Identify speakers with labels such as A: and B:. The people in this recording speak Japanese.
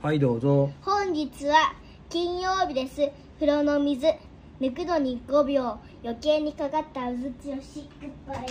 A: はいどうぞ
B: 本日は金曜日です風呂の水抜くのに5秒余計にかかったうずちをしっくっぱい